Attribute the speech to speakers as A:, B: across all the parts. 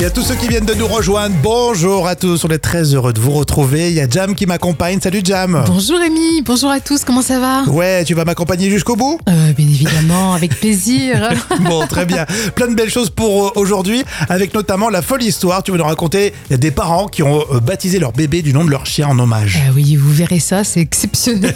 A: Et à tous ceux qui viennent de nous rejoindre, bonjour à tous. On est très heureux de vous retrouver. Il y a Jam qui m'accompagne. Salut Jam.
B: Bonjour Rémi, bonjour à tous, comment ça va
A: Ouais, tu vas m'accompagner jusqu'au bout
B: euh, Bien évidemment, avec plaisir.
A: Bon, très bien. Plein de belles choses pour euh, aujourd'hui, avec notamment la folle histoire. Tu veux nous raconter il y a des parents qui ont euh, baptisé leur bébé du nom de leur chien en hommage.
B: Ah oui, vous verrez ça, c'est exceptionnel.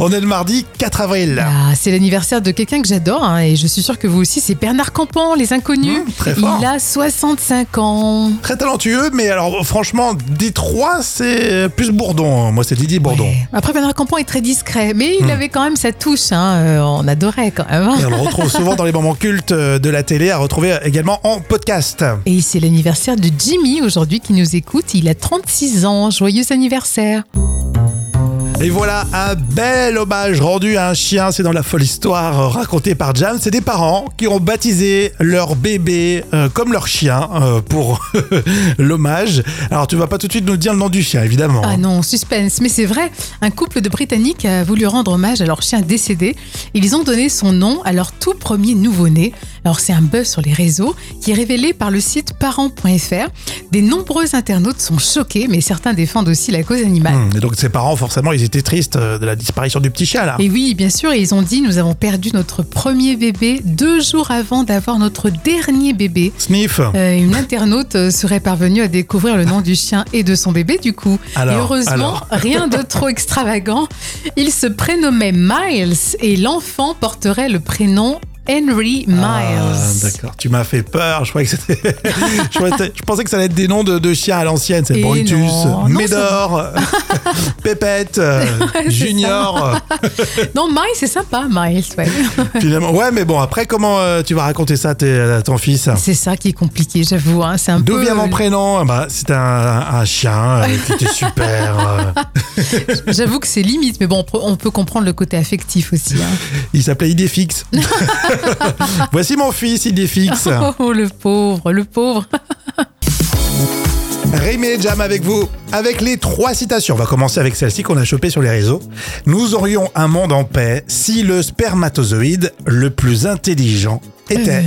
A: On est le mardi 4 avril.
B: Ah, c'est l'anniversaire de quelqu'un que j'adore hein, et je suis sûre que vous aussi, c'est Bernard Campan, les inconnus.
A: Mmh, très fort.
B: Il a 65 ans.
A: Très talentueux, mais alors franchement, Détroit, c'est euh, plus Bourdon. Moi, c'est Didier Bourdon.
B: Ouais. Après, Bernard Campan est très discret, mais il
A: Mmh.
B: avait quand même sa touche, hein, euh, on adorait quand même. hein.
A: Et on le retrouve souvent dans les moments cultes euh, de la télé, à retrouver également en podcast.
B: Et c'est l'anniversaire de Jimmy aujourd'hui qui nous écoute, il a 36 ans, joyeux anniversaire.
A: Et voilà un bel hommage rendu à un chien. C'est dans la folle histoire euh, racontée par Jam. C'est des parents qui ont baptisé leur bébé euh, comme leur chien euh, pour l'hommage. Alors tu vas pas tout de suite nous dire le nom du chien, évidemment.
B: Ah non, suspense, mais c'est vrai, un couple de Britanniques a voulu rendre hommage à leur chien décédé. Ils ont donné son nom à leur tout premier nouveau-né. Alors c'est un buzz sur les réseaux qui est révélé par le site parents.fr. Des nombreux internautes sont choqués, mais certains défendent aussi la cause animale.
A: Hum, Et donc ses parents, forcément, ils étaient tristes euh, de la disparition du petit chien là.
B: Et oui, bien sûr, et ils ont dit nous avons perdu notre premier bébé deux jours avant d'avoir notre dernier bébé.
A: Sniff.
B: Euh, une internaute euh, serait parvenue à découvrir le nom du chien et de son bébé du coup.
A: Alors,
B: et heureusement,
A: alors.
B: rien de trop extravagant. Il se prénommait Miles et l'enfant porterait le prénom Henry Miles.
A: Ah, D'accord, tu m'as fait peur. Je croyais que c'était. je, croyais que- je pensais que ça allait être des noms de, de chiens à l'ancienne. C'est
B: Et
A: Brutus,
B: non, non,
A: Médor, Pépette, euh,
B: c'est ça.
A: Junior.
B: non, Miles, c'est sympa, Miles. ouais.
A: Finalement, ouais, mais bon, après, comment euh, tu vas raconter ça à tes- à ton fils
B: c'est ça qui est compliqué, j'avoue. hein, C'est un
A: D'où
B: peu.
A: vient mon prénom Ah bah, C'est un, un chien euh, qui était super. euh.
B: J'avoue que c'est limite, mais bon, on peut- on peut comprendre le côté affectif aussi. hein.
A: il s'appelait Idéfix. Voici mon fils, Idéfix.
B: Oh, le pauvre, le pauvre.
A: Rémi et Jam avec vous, avec les trois citations. On va commencer avec celle-ci qu'on a chopée sur les réseaux. Nous aurions un monde en paix si le spermatozoïde le plus intelligent était.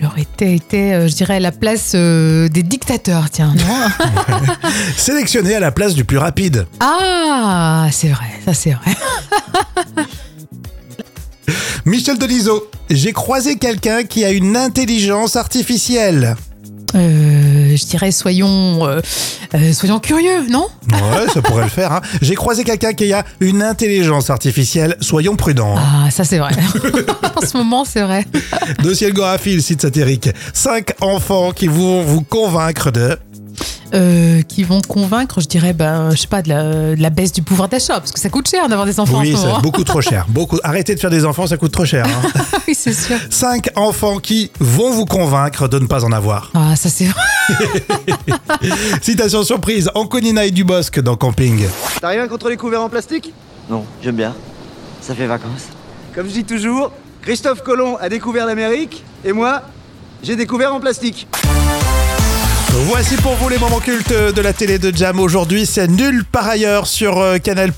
B: Alors, était, était, euh, je dirais, à la place euh, des dictateurs, tiens. non
A: Sélectionné à la place du plus rapide.
B: Ah, c'est vrai, ça c'est vrai.
A: Michel Delisot, j'ai croisé quelqu'un qui a une intelligence artificielle.
B: Euh, je dirais soyons, euh, euh, soyons curieux, non
A: Ouais, ça pourrait le faire. hein. J'ai croisé quelqu'un qui a une intelligence artificielle. Soyons prudents. hein.
B: Ah, ça c'est vrai. en ce moment, c'est vrai.
A: Dossier Le Gorafi, le site satirique. Cinq enfants qui vont vous convaincre de.
B: Euh, qui vont convaincre, je dirais, ben, je sais pas, de la, de la baisse du pouvoir d'achat, parce que ça coûte cher d'avoir des enfants
A: Oui,
B: en ce
A: c'est
B: moment.
A: beaucoup trop cher. Beaucoup. Arrêtez de faire des enfants, ça coûte trop cher. hein.
B: oui, c'est sûr.
A: Cinq enfants qui vont vous convaincre de ne pas en avoir.
B: Ah, ça c'est vrai.
A: Citation surprise, Anconina et Dubosc dans Camping.
C: T'as rien contre les couverts en plastique
D: Non, j'aime bien. Ça fait vacances.
C: Comme je dis toujours, Christophe Colomb a découvert l'Amérique et moi, j'ai découvert en plastique.
A: Voici pour vous les moments cultes de la télé de Jam. Aujourd'hui, c'est nul par ailleurs sur euh, Canal+.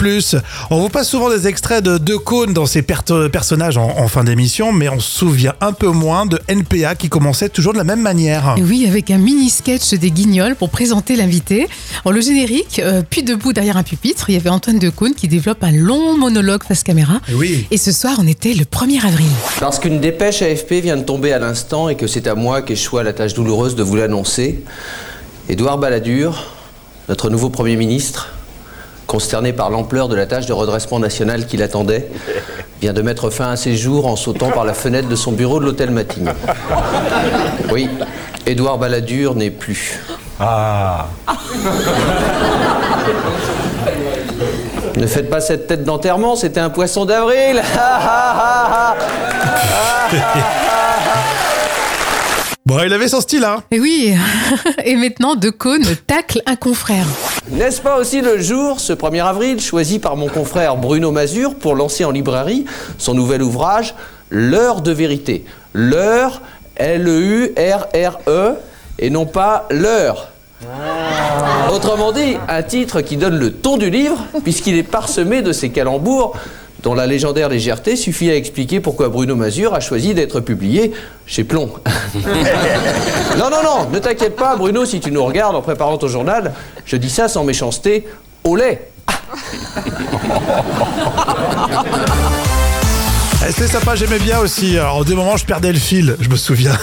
A: On vous passe souvent des extraits de De Cônes dans ses perto- personnages en, en fin d'émission, mais on se souvient un peu moins de NPA qui commençait toujours de la même manière.
B: Et oui, avec un mini-sketch des guignols pour présenter l'invité. Alors, le générique, euh, puis debout derrière un pupitre, il y avait Antoine Decaune qui développe un long monologue face caméra.
A: Et Eh oui.
B: Et ce soir, on était le 1er avril.
E: Parce qu'une dépêche AFP vient de tomber à l'instant et que c'est à moi qu'échoua la tâche douloureuse de vous l'annoncer, Édouard Balladur, notre nouveau Premier ministre, consterné par l'ampleur de la tâche de redressement national qui l'attendait, vient de mettre fin à ses jours en sautant par la fenêtre de son bureau de l'hôtel Matignon. Oui, Édouard Balladur n'est plus. Ah. Ne faites pas cette tête d'enterrement, c'était un poisson d'avril. Ah, ah, ah, ah.
A: Bon, il avait son style, hein
B: Et oui, et maintenant Decaune tacle un confrère.
E: N'est-ce pas aussi le jour, ce 1er avril, choisi par mon confrère Bruno Mazur pour lancer en librairie son nouvel ouvrage L'heure de vérité. L'heure, E L-E-U-R-R-E, E, et non pas l'heure. Autrement dit, un titre qui donne le ton du livre, puisqu'il est parsemé de ces calembours dont la légendaire légèreté suffit à expliquer pourquoi Bruno Mazur a choisi d'être publié chez Plomb. Non, non, non, ne t'inquiète pas, Bruno, si tu nous regardes en préparant ton journal, je dis ça sans méchanceté, au lait.
A: Eh, C'était sympa, j'aimais bien aussi. Alors, en deux moments, je perdais le fil, je me souviens.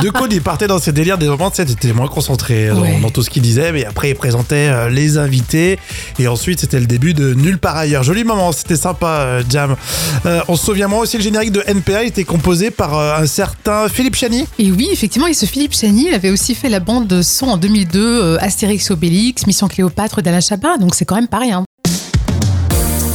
A: de Cône, il partait dans ses délires. Des moments, tu sais, t'étais moins concentré euh, dans,
B: Ouais.
A: dans tout ce qu'il disait, mais après, il présentait euh, les invités. Et ensuite, c'était le début de Nulle part ailleurs. Joli moment, c'était sympa, euh, Jam. Euh, on se souvient, moi aussi, le générique de NPA était composé par euh, un certain Philippe Chani.
B: Et oui, effectivement, et ce Philippe Chani, il avait aussi fait la bande de son en 2002, euh, Astérix Obélix, Mission Cléopâtre d'Alain Chabat, donc c'est quand même pas rien.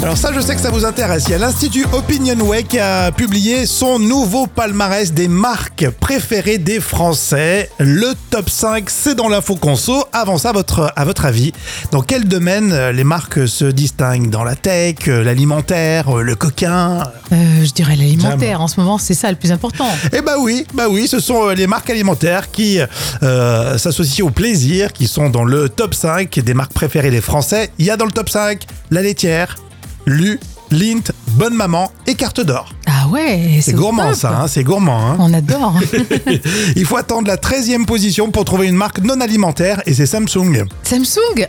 A: Alors ça, je sais que ça vous intéresse. Il y a l'Institut Opinionway qui a publié son nouveau palmarès des marques préférées des Français. Le top 5, c'est dans l'info conso. Avant ça, votre, à votre avis, dans quel domaine euh, les marques se distinguent Dans la tech, euh, l'alimentaire, euh, le coquin
B: Euh, je dirais l'alimentaire, en ce moment, c'est ça le plus important.
A: Eh bah oui, bah oui, ce sont euh, les marques alimentaires qui euh, s'associent au plaisir, qui sont dans le top 5 des marques préférées des Français. Il y a dans le top 5 la laitière, Lu, Lint, Bonne Maman et Carte d'Or.
B: Ah ouais,
A: C'est
B: au
A: gourmand
B: top.
A: ça, hein, c'est gourmand. hein.
B: On adore.
A: Il faut attendre la 13e position pour trouver une marque non alimentaire et c'est Samsung.
B: Samsung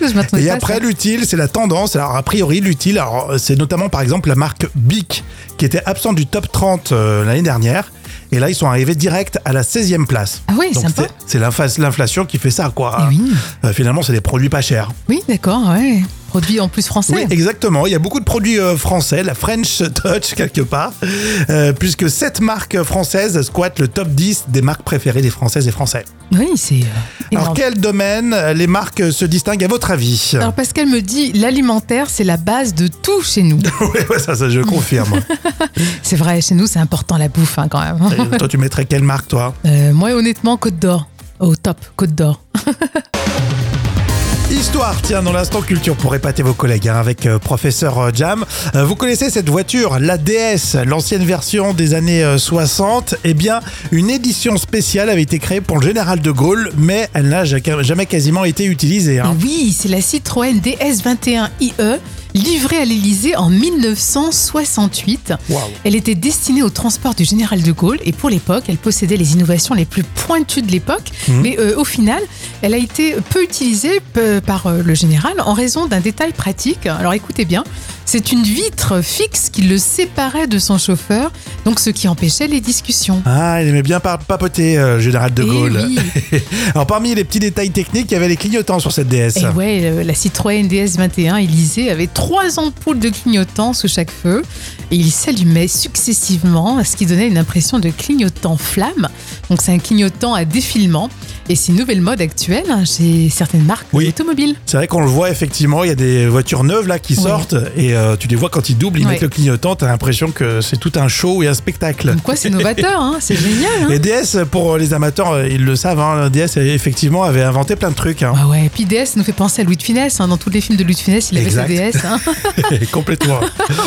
B: Je m'attendais
A: Et
B: pas à ça.
A: après l'utile, c'est la tendance. Alors a priori l'utile, alors, euh, c'est notamment par exemple la marque Bic qui était absente du top 30 euh, l'année dernière. Et là, ils sont arrivés direct à la 16e place.
B: Ah oui,
A: Donc
B: sympa.
A: c'est- C'est l'infa- l'inflation qui fait ça, quoi.
B: Eh oui.
A: Euh, finalement, c'est des produits pas chers.
B: Oui, d'accord, ouais. Produit en plus français.
A: Oui, exactement. Il y a beaucoup de produits euh, français, la French Touch quelque part, euh, puisque sept marques françaises squattent le top 10 des marques préférées des Françaises et Français.
B: Oui, c'est euh, énorme.
A: Alors, quel domaine euh, les marques se distinguent à votre avis
B: Alors Pascal me dit, l'alimentaire, c'est la base de tout chez nous.
A: Oui, ouais, ça, ça, je confirme.
B: c'est vrai, chez nous, c'est important la bouffe hein, quand même.
A: Et toi, tu mettrais quelle marque, toi
B: Euh, moi, honnêtement, Côte d'Or. Au top, Côte d'Or.
A: Histoire, tiens, dans l'instant culture pour épater vos collègues hein, avec euh, professeur euh, Jam. Euh, vous connaissez cette voiture, la DS, l'ancienne version des années euh, 60. Eh bien, une édition spéciale avait été créée pour le général de Gaulle, mais elle n'a ja- jamais quasiment été utilisée. hein.
B: Et Oui, c'est la Citroën DS21IE, E, livrée à l'Elysée en 1968.
A: Waouh.
B: Elle était destinée au transport du général de Gaulle et pour l'époque, elle possédait les innovations les plus pointues de l'époque.
A: Mhm.
B: Mais euh, au final, elle a été peu utilisée peu- par euh, le général en raison d'un détail pratique. Alors écoutez bien, c'est une vitre fixe qui le séparait de son chauffeur, donc ce qui empêchait les discussions.
A: Ah, il aimait bien par- papoter, euh, le général de
B: Eh
A: Gaulle.
B: oui.
A: Alors, parmi les petits détails techniques, il y avait les clignotants sur cette DS.
B: Et ouais, euh, la Citroën DS21 Élysée avait trois ampoules de clignotants sous chaque feu et ils s'allumaient successivement, ce qui donnait une impression de clignotant flamme. Donc c'est un clignotant à défilement et c'est une nouvelle mode actuelle hein, chez certaines marques
A: Oui.
B: automobiles.
A: C'est vrai qu'on le voit effectivement, il y a des voitures neuves là qui
B: Oui.
A: sortent et euh, tu les vois quand ils doublent, ils
B: Oui.
A: mettent le clignotant, t'as l'impression que c'est tout un show et un spectacle.
B: Comme quoi c'est novateur, hein, c'est génial. hein.
A: Les DS, pour euh, les amateurs, euh, ils le savent, hein, la DS effectivement avait inventé plein de trucs, hein.
B: Ah ouais, et puis DS nous fait penser à Louis de Funès. hein. Dans tous les films de Louis de Funès, il avait sa
A: Exact.
B: DS. hein.
A: complètement.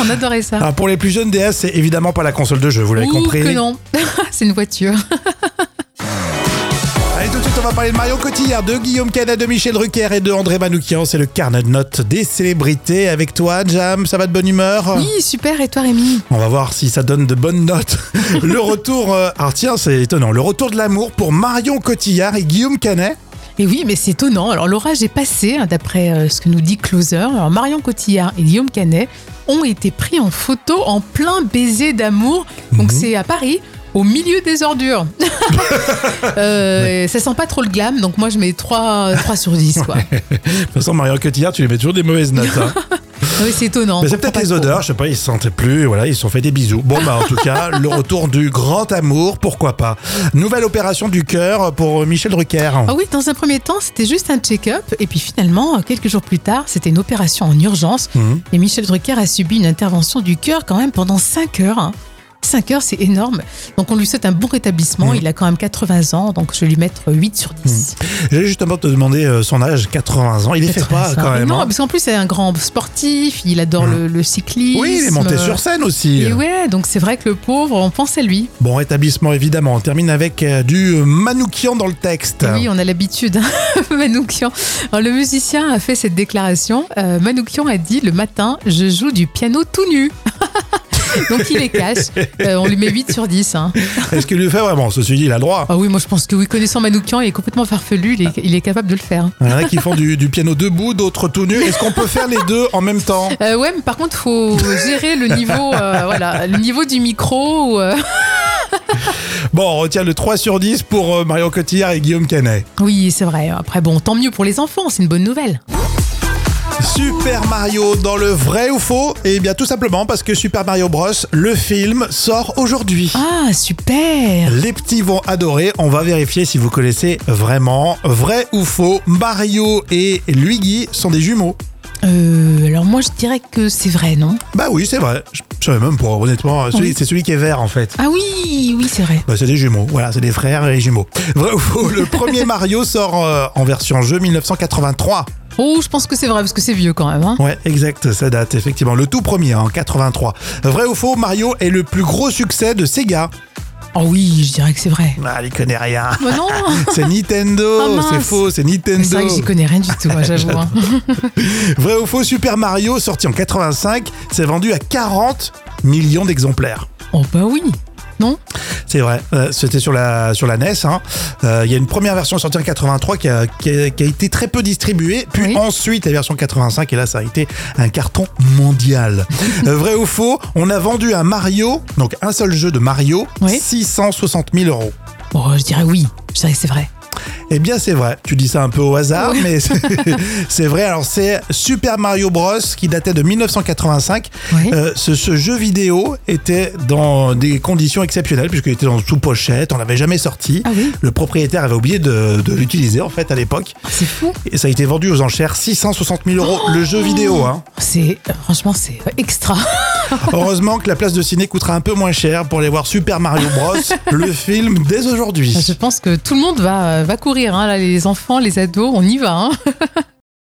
B: On adorait ça.
A: Alors, pour les plus jeunes, DS, c'est évidemment pas la console de jeu, vous l'avez
B: Ou
A: compris.
B: que non, c'est une voiture.
A: Allez, tout de suite, on va parler de Marion Cotillard, de Guillaume Canet, de Michel Drucker et de André Manoukian. C'est le carnet de notes des célébrités. Avec toi, Jam, ça va de bonne humeur
B: Oui, super. Et toi, Rémi
A: On va voir si ça donne de bonnes notes. Le retour, euh, alors tiens, c'est étonnant. Le retour de l'amour pour Marion Cotillard et Guillaume Canet.
B: Et oui, mais c'est étonnant. Alors l'orage est passé, hein, d'après euh, ce que nous dit Closer. Alors Marion Cotillard et Guillaume Canet ont été pris en photo en plein baiser d'amour.
A: Mhm.
B: Donc c'est à Paris. Au milieu des ordures. Euh, Ça sent pas trop le glam, donc moi je mets 3, 3 sur 10. Quoi.
A: De toute façon, Marion Cotillard, tu lui mets toujours des mauvaises notes. hein.
B: Oui, c'est étonnant.
A: Mais c'est
B: on comprend
A: peut-être
B: pas
A: les
B: trop.
A: odeurs, je sais pas, ils se sentaient plus, voilà, ils se sont fait des bisous. Bon, bah en tout cas, le retour du grand amour, pourquoi pas. Nouvelle opération du cœur pour euh, Michel Drucker.
B: Ah oui, dans un premier temps, c'était juste un check-up. Et puis finalement, quelques jours plus tard, c'était une opération en urgence.
A: Mhm.
B: Et Michel Drucker a subi une intervention du cœur quand même pendant 5 heures. 5 heures, c'est énorme. Donc on lui souhaite un bon rétablissement.
A: Mhm.
B: Il a quand même 80 ans, donc je vais lui mettre 8 sur 10.
A: J'allais justement te demander euh, son âge, 80 ans. Mhm. Il les fait pas
B: 80.
A: quand
B: Mais
A: même. hein.
B: Non,
A: Mhm.
B: parce qu'en plus, c'est un grand sportif. Il adore le, le cyclisme.
A: Oui, il est monté sur scène aussi.
B: Et ouais, donc c'est vrai que le pauvre, on pense à lui.
A: Bon rétablissement évidemment. On termine avec euh, du manoukian dans le texte.
B: Oui, on a l'habitude, hein, Manoukian. Alors, le musicien a fait cette déclaration. Euh, Manoukian a dit le matin, je joue du piano tout nu. Donc il les cache. Euh, on lui met 8 sur 10. hein.
A: Est-ce qu'il le fait vraiment Ceci dit, il a le droit.
B: Ah oui, moi je pense que oui, connaissant Manoukian, il est complètement farfelu, il est, il est capable de le faire.
A: Il y en a qui font du, du piano debout, d'autres tout nus. Est-ce qu'on peut faire les deux en même temps
B: Euh, ouais, mais par contre, faut gérer le niveau, euh, voilà, le niveau du micro. ou, euh,
A: Bon, on retient le 3 sur 10 pour euh, Marion Cotillard et Guillaume Canet.
B: Oui, c'est vrai. Après, bon, tant mieux pour les enfants, c'est une bonne nouvelle.
A: Super Mario dans le vrai ou faux Eh bien, tout simplement parce que Super Mario Bros, le film, sort aujourd'hui.
B: Ah, super
A: Les petits vont adorer. On va vérifier si vous connaissez vraiment vrai ou faux. Mario et Luigi sont des jumeaux.
B: Euh, Alors moi, je dirais que c'est vrai, non
A: Bah oui, c'est vrai. Je je savais même pas, honnêtement. Celui-
B: Oui.
A: C'est celui qui est vert en fait.
B: Ah oui, oui, c'est vrai.
A: Bah, c'est des jumeaux, voilà, c'est des frères et des jumeaux. Vrai ou faux, le premier Mario sort euh, en version jeu 1983.
B: Oh, je pense que c'est vrai, parce que c'est vieux quand même. hein.
A: Ouais, exact, ça date effectivement. Le tout premier, hein, en 83. Vrai ou faux, Mario est le plus gros succès de Sega.
B: Oh oui, je dirais que c'est vrai.
A: Ah, il connaît rien.
B: Bah non
A: C'est
B: Ah,
A: Nintendo,
B: mince.
A: c'est faux, c'est
B: C'est
A: Nintendo.
B: vrai que j'y connais rien du tout, hein, j'avoue. hein.
A: Vrai ou faux, Super Mario, sorti en 85, s'est vendu à 40 millions d'exemplaires.
B: Oh bah oui Non
A: C'est vrai, euh, c'était sur la, sur la NES. hein. Euh, Il y a une première version sortie en 83 qui a, qui a- qui a été très peu distribuée, puis
B: Oui.
A: ensuite la version 85, et là ça a été un carton mondial. Euh, vrai ou faux, on a vendu un Mario, donc un seul jeu de Mario,
B: Oui.
A: 660 000 euros.
B: Oh, je dirais oui. Je dirais que c'est vrai.
A: Eh bien c'est vrai, tu dis ça un peu au hasard, mais c'est- c'est vrai. Alors c'est Super Mario Bros qui datait de 1985.
B: Oui.
A: Euh, ce, ce jeu vidéo était dans des conditions exceptionnelles puisqu'il était dans sous pochette, on l'avait jamais sorti.
B: Ah oui
A: Le propriétaire avait oublié de, de l'utiliser en fait à l'époque.
B: C'est fou.
A: Et ça a été vendu aux enchères 660 000 euros le jeu vidéo. Hein.
B: C'est euh, franchement c'est extra.
A: Heureusement que la place de ciné coûtera un peu moins cher pour aller voir Super Mario Bros, le film dès
B: Ah, Bah, Je
A: aujourd'hui.
B: euh, pense que tout le monde va, va courir. hein. Là, les enfants, les ados, on y va. hein.